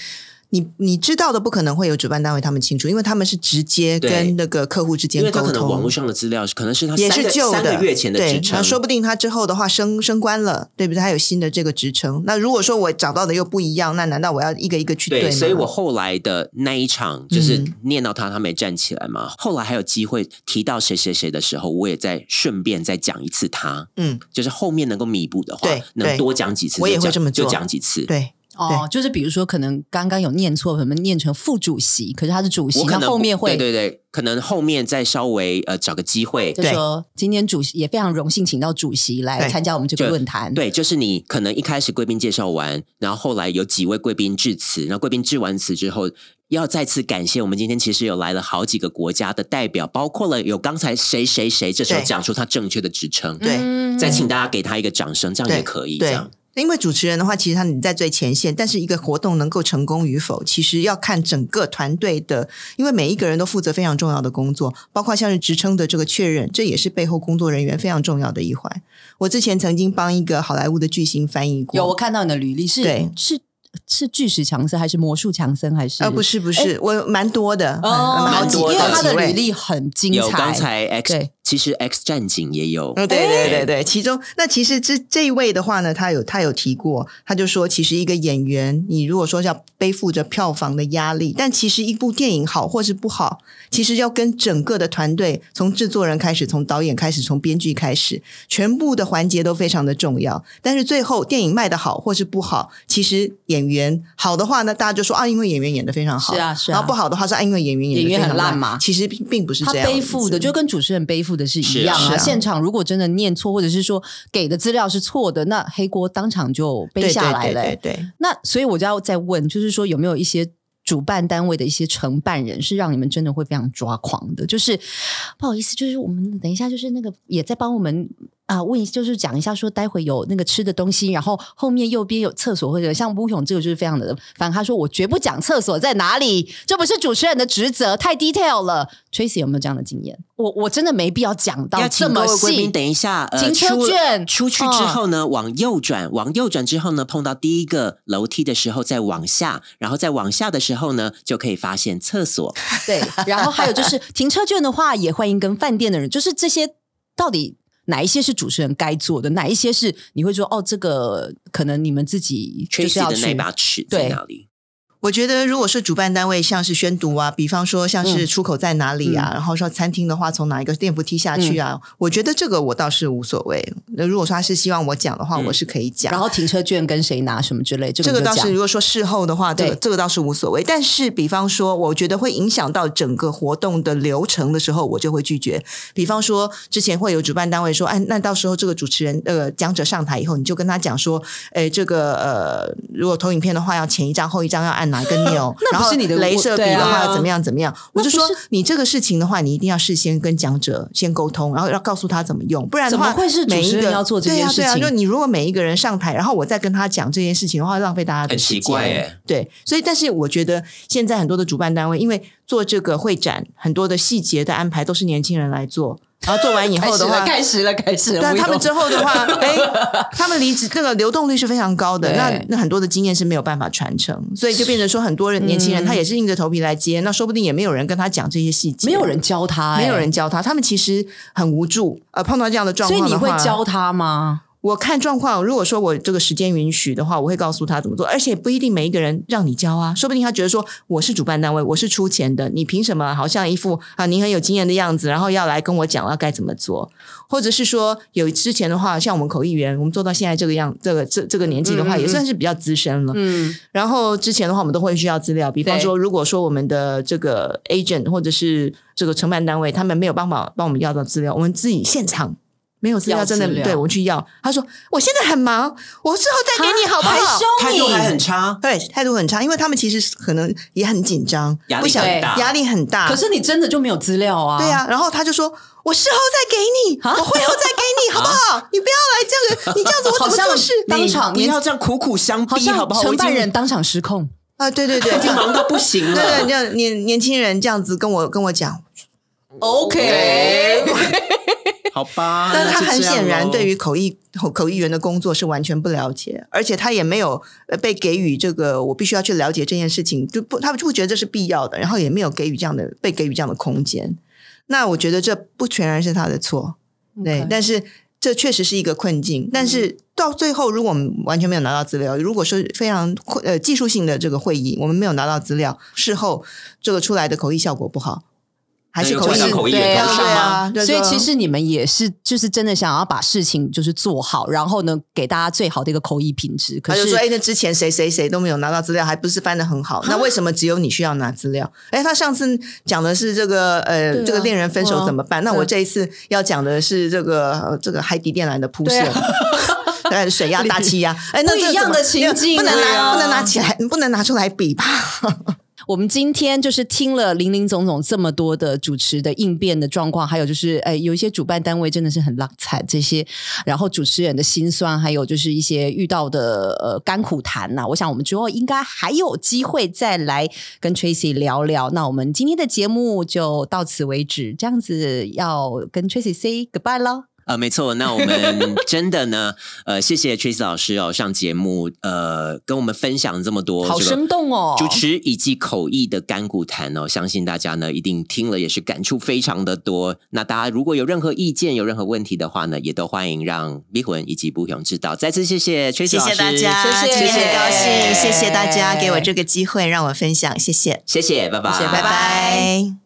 [SPEAKER 6] 你你知道的不可能会有主办单位他们清楚，因为他们是直接
[SPEAKER 3] 对
[SPEAKER 6] 跟那个客户之间
[SPEAKER 3] 因为
[SPEAKER 6] 沟
[SPEAKER 3] 他
[SPEAKER 6] 通。
[SPEAKER 3] 可能网络上的资料是可能
[SPEAKER 1] 啊
[SPEAKER 3] 是他
[SPEAKER 6] 也
[SPEAKER 3] 三
[SPEAKER 6] 是
[SPEAKER 3] 个
[SPEAKER 6] 旧
[SPEAKER 3] 三
[SPEAKER 6] 的，
[SPEAKER 3] 个月前的
[SPEAKER 6] 对
[SPEAKER 3] 职称，
[SPEAKER 6] 那说不定他之后的话升升官了，对不对？他有新的这个职称。那如果说我找到的又不一样，那难道我要一个一个去
[SPEAKER 3] 对，
[SPEAKER 6] 吗？
[SPEAKER 3] 所以我后来的那一场就是
[SPEAKER 6] 嗯
[SPEAKER 3] 念到他，他没站起来嘛。后来还有机会提到谁谁谁的时候，我也再顺便再讲一次他，
[SPEAKER 6] 嗯，
[SPEAKER 3] 就是后面能够弥补的话
[SPEAKER 6] 对，
[SPEAKER 3] 能
[SPEAKER 6] 对
[SPEAKER 3] 多讲几次就讲，
[SPEAKER 6] 我也会这么做
[SPEAKER 3] 就讲几次。
[SPEAKER 6] 对
[SPEAKER 1] 哦，就是比如说，可能刚刚有念错，可能念成副主席，可是他是主席，
[SPEAKER 3] 我可
[SPEAKER 1] 那
[SPEAKER 3] 能
[SPEAKER 1] 后面会
[SPEAKER 3] 对对对，可能后面再稍微呃找个机会，
[SPEAKER 1] 就说今天主席也非常荣幸请到主席来
[SPEAKER 6] 对
[SPEAKER 1] 参加我们这个
[SPEAKER 3] 就
[SPEAKER 1] 论坛。
[SPEAKER 3] 对，就是你可能一开始贵宾介绍完，然后后来有几位贵宾致辞，那贵宾致完词之后，要再次感谢我们今天其实有来了好几个国家的代表，包括了有刚才谁谁谁，这时候
[SPEAKER 6] 对
[SPEAKER 3] 讲出他正确的职称，
[SPEAKER 6] 对
[SPEAKER 1] 嗯
[SPEAKER 3] 再请大家给他一个掌声，这样也可以，这
[SPEAKER 6] 对
[SPEAKER 3] 样。。
[SPEAKER 6] 因为主持人的话，其实他你在最前线，但是一个活动能够成功与否，其实要看整个团队的，因为每一个人都负责非常重要的工作，包括像是职称的这个确认，这也是背后工作人员非常重要的一环。我之前曾经帮一个好莱坞的巨星翻译过，
[SPEAKER 3] 嗯
[SPEAKER 1] 有我看到你的履历是
[SPEAKER 6] 对
[SPEAKER 1] 是是巨石强森还是魔术强森还是？
[SPEAKER 6] 呃，不是不是，我蛮多的，呃
[SPEAKER 1] 哦，
[SPEAKER 6] 蛮
[SPEAKER 3] 蛮
[SPEAKER 6] 几
[SPEAKER 3] 多
[SPEAKER 1] 因为
[SPEAKER 6] 位
[SPEAKER 3] 的
[SPEAKER 1] 他的
[SPEAKER 6] 几位
[SPEAKER 1] 履历很精
[SPEAKER 3] 有刚
[SPEAKER 1] 彩。
[SPEAKER 3] 才 X，
[SPEAKER 1] 对呃
[SPEAKER 3] 其实 X 战警也有，
[SPEAKER 6] 嗯，对对
[SPEAKER 1] 哎
[SPEAKER 6] 对对，其中那其实这这一位的话呢，他有他有提过，他就说，其实一个演员，你如果说要背负着票房的压力，但其实一部电影好或是不好，其实要跟整个的团队，从制作人开始，从导演开始，从编剧开始，全部的环节都非常的重要。但是最后电影卖的好或是不好，其实演员好的话呢，大家就说啊，因为演员演的非常好，
[SPEAKER 1] 是啊是啊
[SPEAKER 6] 然后不好的话说啊，因为演员演
[SPEAKER 1] 演
[SPEAKER 6] 的
[SPEAKER 1] 员
[SPEAKER 6] 非
[SPEAKER 1] 很
[SPEAKER 6] 常
[SPEAKER 1] 烂嘛
[SPEAKER 6] 其实并并不是
[SPEAKER 1] 他
[SPEAKER 6] 这样子，
[SPEAKER 1] 背负的就跟主持人背负的是
[SPEAKER 3] 是
[SPEAKER 1] 一
[SPEAKER 3] 啊
[SPEAKER 1] 样啊。
[SPEAKER 6] 是啊
[SPEAKER 1] 现场如果真的念错，或者是说给的资料是错的，那黑锅当场就背
[SPEAKER 6] 对
[SPEAKER 1] 下来
[SPEAKER 6] 对
[SPEAKER 1] 了、
[SPEAKER 6] 对对对。
[SPEAKER 1] 那所以我就要再问，就是说有没有一些主办单位的一些承办人是让你们真的会非常抓狂的？就是不好意思，就是我们等一下就是那个也在帮我们。啊，问一就是讲一下，说待会有那个吃的东西，然后后面右边有厕所，或者像吴勇这个就是非常的，反正他说我绝不讲厕所在哪里，这不是主持人的职责，太 detail 了。Tracy 有没有这样的经验？我我真的没必要讲到
[SPEAKER 3] 要请
[SPEAKER 1] 这
[SPEAKER 3] 各
[SPEAKER 1] 么
[SPEAKER 3] 位贵
[SPEAKER 1] 细
[SPEAKER 3] 宾。等一下，呃，
[SPEAKER 1] 停车
[SPEAKER 3] 出
[SPEAKER 1] 券
[SPEAKER 3] 出去
[SPEAKER 1] 嗯
[SPEAKER 3] 之后呢，往右转，往右转之后呢，碰到第一个楼梯的时候再往下，然后再往下的时候呢，就可以发现厕所。
[SPEAKER 1] 对，然后还有就是停车券的话，也欢迎跟饭店的人，就是这些到底哪一些是主持人该做的，哪一些是你会说哦，这个可能你们自己就
[SPEAKER 3] 缺
[SPEAKER 1] 是
[SPEAKER 3] 席
[SPEAKER 1] 要
[SPEAKER 3] 的那
[SPEAKER 1] 去。
[SPEAKER 3] 把尺在
[SPEAKER 1] 对
[SPEAKER 3] 哪里？
[SPEAKER 6] 我觉得，如果是主办单位，像是宣读啊，比方说像
[SPEAKER 1] 嗯
[SPEAKER 6] 是出口在哪里啊，然后说餐厅的话，从哪一个电扶梯下去啊，
[SPEAKER 1] 嗯
[SPEAKER 6] 我觉得这个我倒是无所谓。那如果说他是希望我讲的话，
[SPEAKER 3] 嗯
[SPEAKER 6] 我是可以讲。
[SPEAKER 1] 然后停车券跟谁拿什么之类，这个
[SPEAKER 6] 这
[SPEAKER 1] 你
[SPEAKER 6] 个
[SPEAKER 1] 就
[SPEAKER 6] 倒
[SPEAKER 1] 讲
[SPEAKER 6] 是，如果说事后的话，这个
[SPEAKER 1] 对
[SPEAKER 6] 这个倒是无所谓。但是，比方说，我觉得会影响到整个活动的流程的时候，我就会拒绝。比方说，之前会有主办单位说，哎，那到时候这个主持人呃讲者上台以后，你就跟他讲说，哎，这个呃，如果投影片的话，要前一张后一张要按哪一个钮
[SPEAKER 1] ，那
[SPEAKER 6] 然
[SPEAKER 1] 不
[SPEAKER 6] 后
[SPEAKER 1] 是你的
[SPEAKER 6] 镭射笔
[SPEAKER 1] 对啊
[SPEAKER 6] 的话要怎么样怎么样。我就说
[SPEAKER 1] 那不，
[SPEAKER 6] 你这个事情的话，你一定要事先跟讲者先沟通，然后要告诉他怎么用，不然的话，
[SPEAKER 1] 怎么会是主持人
[SPEAKER 6] 每一个
[SPEAKER 1] 要做这件事情
[SPEAKER 6] 对啊，对啊，就你如果每一个人上台，然后我再跟他讲这件事情的话，浪费大家的
[SPEAKER 1] 哎
[SPEAKER 3] 很
[SPEAKER 6] 时
[SPEAKER 3] 奇
[SPEAKER 6] 间。
[SPEAKER 3] 怪耶
[SPEAKER 6] 对，所以但是我觉得现在很多的主办单位，因为做这个会展，很多的细节的安排都是年轻人来做，然后做完 以
[SPEAKER 1] 哎
[SPEAKER 6] 后的话。
[SPEAKER 1] 开始了，开始了，
[SPEAKER 6] 但
[SPEAKER 1] 吴
[SPEAKER 6] 啊他们
[SPEAKER 1] 勇
[SPEAKER 6] 之后的 话，哎，他们离职那个流动率是非常高的，
[SPEAKER 1] 对嗯
[SPEAKER 6] 那那很多的经验是没有办法传承，所以就变成说很多人年轻人他也是硬着头皮来接，那说不定也没有人跟他讲这些细节，
[SPEAKER 1] 没有人教他、
[SPEAKER 6] 没有
[SPEAKER 1] 哎
[SPEAKER 6] 人，教他，他们其实很无助。呃，碰到这样的状
[SPEAKER 1] 所以
[SPEAKER 6] 况
[SPEAKER 1] 你
[SPEAKER 6] 的
[SPEAKER 1] 会
[SPEAKER 6] 话，嗯
[SPEAKER 1] 教他吗？
[SPEAKER 6] 我看状况，如果说我这个时间允许的话，我会告诉他怎么做，而且不一定每一个人让你教啊，说不定他觉得说我是主办单位，我是出钱的，你凭什么好像一副啊您很有经验的样子，然后要来跟我讲要该怎么做，或者是说有之前的话，像我们口译员，我们做到现在这个样，这个这这个年纪的话，
[SPEAKER 1] 嗯嗯嗯
[SPEAKER 6] 啊也算是比较资深了。
[SPEAKER 1] 嗯，
[SPEAKER 6] 然后之前的话，我们都会需要资料，比方说，如果说我们的这个 agent 或者是这个承办单位，他们没有办法帮我们要到资料，我们自己现场没有资料
[SPEAKER 1] 要
[SPEAKER 6] 真的
[SPEAKER 1] 资料
[SPEAKER 6] 对我去要。他说我现在很忙，我之后再给你好不
[SPEAKER 1] 还
[SPEAKER 6] 好？
[SPEAKER 3] 态度还
[SPEAKER 1] 凶
[SPEAKER 3] 很
[SPEAKER 1] 你。
[SPEAKER 3] 差，
[SPEAKER 6] 对，态度很差，因为他们其实可能也很紧张，
[SPEAKER 3] 压力
[SPEAKER 6] 不想
[SPEAKER 1] 很
[SPEAKER 3] 大
[SPEAKER 6] 压力很大。
[SPEAKER 1] 可是你真的就没有资料啊？
[SPEAKER 6] 对啊，然后他就说：“我事后再给你，我会后再给 你，好不好？你不要来这样子，你这样子我怎
[SPEAKER 1] 啊好
[SPEAKER 6] 么
[SPEAKER 1] 像
[SPEAKER 6] 做事？”
[SPEAKER 1] 当场
[SPEAKER 3] 不
[SPEAKER 1] 连
[SPEAKER 3] 要这样苦苦相
[SPEAKER 1] 好
[SPEAKER 3] 逼，
[SPEAKER 1] 像
[SPEAKER 3] 好不好？
[SPEAKER 1] 承办
[SPEAKER 3] 我已
[SPEAKER 1] 人
[SPEAKER 3] 经
[SPEAKER 1] 当场失控，
[SPEAKER 6] 啊，对 对对，
[SPEAKER 3] 已经忙到不行
[SPEAKER 6] 对对，
[SPEAKER 3] 了
[SPEAKER 6] 这。样年年轻人这样子跟我 跟我讲，
[SPEAKER 1] 啊 OK，
[SPEAKER 3] 好吧，
[SPEAKER 6] 但是他
[SPEAKER 3] 那就
[SPEAKER 6] 很
[SPEAKER 3] 这样
[SPEAKER 6] 显然
[SPEAKER 3] 咯
[SPEAKER 6] 对于口译口口译员的工作是完全不了解，而且他也没有呃被给予这个我必须要去了解这件事情，就不他们就不觉得这是必要的，然后也没有给予这样的被给予这样的空间。那我觉得这不全然是他的错，对
[SPEAKER 1] OK
[SPEAKER 6] 但是这确实是一个困境。但是到最后，如果我们完全没有拿到资料，如果说非常困呃技术性的这个会议，我们没有拿到资料，事后这个出来的口译效果不好，还是
[SPEAKER 3] 那又
[SPEAKER 6] 口译
[SPEAKER 3] 怪到口译员
[SPEAKER 6] 对啊
[SPEAKER 1] 头
[SPEAKER 6] 对
[SPEAKER 1] 上
[SPEAKER 6] 啊，对啊
[SPEAKER 1] 所以其实你们也是，就是真的想要把事情就是做好，然后呢，给大家最好的一个口译品质。可
[SPEAKER 6] 他就是说：“哎、那之前谁谁谁都没有拿到资料，还不是翻的很
[SPEAKER 1] 啊
[SPEAKER 6] 好？那为什么只有你需要拿资料？哎、他上次讲的是这个呃，
[SPEAKER 1] 对啊
[SPEAKER 6] 这个恋人分手怎么办？
[SPEAKER 1] 对啊
[SPEAKER 6] 那我这一次要讲的是这个、呃这个海底电缆的铺设。
[SPEAKER 1] 对啊
[SPEAKER 6] 对水压、大气压，哎，那这
[SPEAKER 1] 不一样的
[SPEAKER 6] 怎
[SPEAKER 1] 情
[SPEAKER 6] 么
[SPEAKER 1] 境
[SPEAKER 6] 不能
[SPEAKER 1] 对
[SPEAKER 6] 拿，
[SPEAKER 1] 啊
[SPEAKER 6] 不能拿起来，不能拿出来比吧？
[SPEAKER 1] 我们今天就是听了林林总总这么多的主持的应变的状况，还有就是，哎，有一些主办单位真的是很浪惨，这些，然后主持人的辛酸，还有就是一些遇到的呃甘苦谈呐、我想我们之后应该还有机会再来跟 Tracy 聊聊。那我们今天的节目就到此为止，这样子要跟 Tracy say goodbye 了。
[SPEAKER 3] 呃，没错，那我们真的呢，呃，谢谢 Tracy 老师哦，上节目呃，跟我们分享这么多，
[SPEAKER 1] 好生动哦
[SPEAKER 3] 主持以及口译的干股谈哦，相信大家呢一定听了也是感触非常的多。那大家如果有任何意见、有任何问题的话呢，也都欢迎让迷魂以及不勇知道。再次谢谢 Tracy
[SPEAKER 6] 谢
[SPEAKER 3] 老师，
[SPEAKER 6] 谢大家，
[SPEAKER 1] 谢谢
[SPEAKER 6] 今天高兴，
[SPEAKER 1] 谢谢
[SPEAKER 6] 谢谢大家给我这个机会让我分享，谢谢，
[SPEAKER 3] 谢谢，拜拜，
[SPEAKER 6] 拜拜